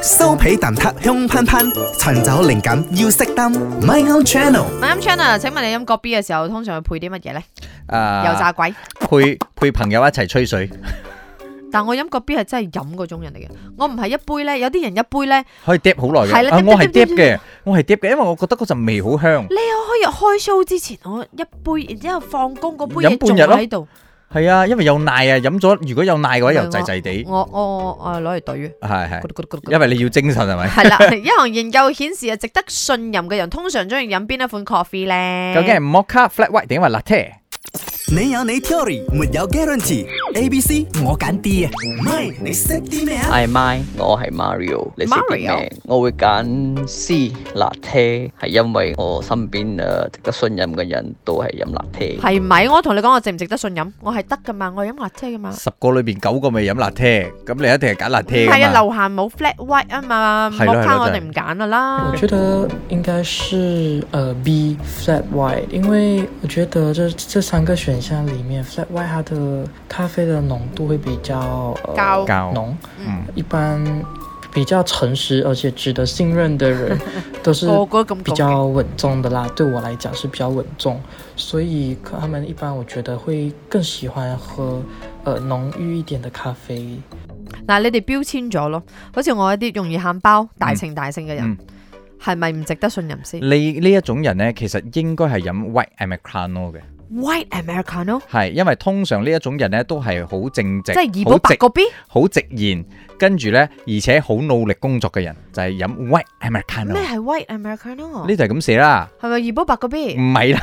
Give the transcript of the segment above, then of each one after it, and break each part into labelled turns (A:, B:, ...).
A: 酥皮蛋撻香噴噴，尋找靈感要熄燈。My own channel，
B: 啱 Chana，請問你飲國 B 嘅時候，通常會配啲乜嘢咧？
C: 啊
B: 油炸鬼。
C: 配配朋友一齊吹水，
B: 但我飲國 B 係真係飲嗰種人嚟嘅，我唔係一杯咧，有啲人一杯咧，
C: 可以嗒好耐
B: 係啦
C: 嘅。啊
B: 嗒
C: 我係
B: 嗒嗒
C: 嗒嘅，我係嗒嘅，因為我覺得嗰陣味好香。
B: 你又可以開哦 show 之前我一杯，然之後放工嗰杯嘢
C: 飲半
B: 仲
C: 日咯
B: 喺度，
C: 係啊，因為有奶啊，飲咗如果有奶嘅話又
B: 唔係
C: 滯滯地，
B: 我我我攞嚟懟
C: 係
B: 嘅，咕
C: 係，
B: 嚕咕嚕咕嚕咕嚕
C: 因為你要精神係咪？
B: 係啦，一項研究顯示啊，值得信任嘅人通常中意飲邊一款 coffee 咧？
C: 究竟係 mocha flat white 定係 latte？
A: 你有你 theory，沒有 guarantee。A、B、C 我揀 D 啊，My 你識啲咩啊？
D: I m i 我係 Mario，你識啲
B: Mario？
D: 咩？我會揀 C 辣啡，係因為我身邊誒值得信任嘅人都係飲辣啡。
B: 係咪？我同你講，我值唔值得信任？我係得噶嘛，我飲 latte 噶嘛。
C: 十個裏邊九個咪飲 latte，咁你一定係揀 latte
B: 唔係啊，
C: 㗎嘛。
B: 樓下冇 flat white 啊嘛，
C: 係咯
B: 摩卡
C: 係咯
B: 我
C: 真
B: 哋
C: 係
B: 唔揀噶啦
E: 我。觉得应该是呃 B flat white，因为我觉得这这三个选项里面 flat white 它的咖啡的浓度会比较、呃、
B: 高
C: 教
E: 浓，
C: 嗯
E: 一般比较诚实而且值得信任的人都是
B: 個個咁
E: 比
B: 講嘅
E: 较稳重的啦，对我来讲是比较稳重，所以可他们一般我觉得会更喜欢喝呃浓郁一点的咖啡。
B: 嗱，你哋標籤咗咯，好似我一啲容易喊包、大情大性嘅人
C: 嗯，
B: 係咪唔值得信任先
C: 你呢一種人呢，其實應該係飲 white americano 嘅，
B: ？White Americano
C: 係因為通常呢一種人呢，都係好正直，
B: 即係怡
C: 好
B: 寶白
C: 直
B: 個 B，
C: 好直言，跟住呢，而且好努力工作嘅人，就係飲 white americano
B: 咩。係 White Americano？
C: 呢就係咁寫啦，
B: 係咪怡寶白個
C: 唔
B: B？
C: 係啦，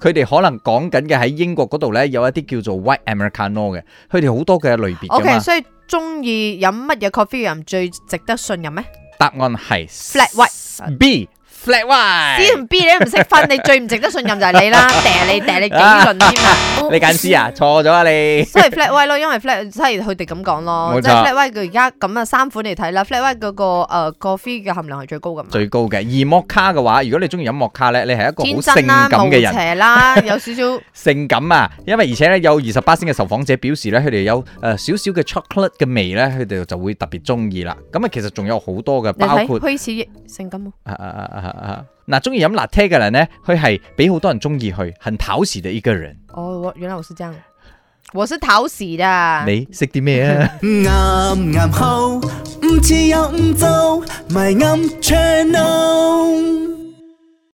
C: 佢哋可能講緊嘅喺英國嗰度呢，有一啲叫做 white americano 嘅，佢哋好多嘅類別
B: O
C: 㗎
B: K，
C: 嘛。
B: 所以中意飲乜嘢 coffee 嘅人最值得信任咩
C: 答案係 flat
B: ？Flat White。
C: B flat white。
B: C 同 B 你都唔識分，你最唔值得信任就係你 啦，嗲你嗲你幾輪添啊！
C: 你揀 C 啊？錯咗啊你！
B: 所以 flat white 咯，因為 flat 即係佢哋咁講咯，
C: 冇錯
B: 即係 flat white 佢而家咁啊三款嚟睇啦，flat white 嗰個誒 coffee 嘅含量係最高噶嘛。
C: 最高嘅，而莫卡嘅話，如果你中意飲莫卡咧，你係一個
B: 天
C: 好性
B: 真啦，
C: 感
B: 無
C: 嘅人，
B: 邪 啦，有少少
C: 性感啊！因為而且咧有二十八先嘅受訪者表示咧，佢哋有呃誒少少嘅 chocolate 嘅味咧，佢哋就會特別中意啦。咁啊，其實仲有好多嘅，
B: 你
C: 包
B: 睇
C: 括
B: 虛似性感喎。
C: 啊啊啊啊啊啊！嗱，中意飲 latte 嘅人咧，佢係俾好多人中意佢，很討喜嘅一個人。
B: 哦，我原來我是這樣，我是討喜的。
C: 你識啲咩啊？
A: 啱啱好，唔似又唔做，My own channel。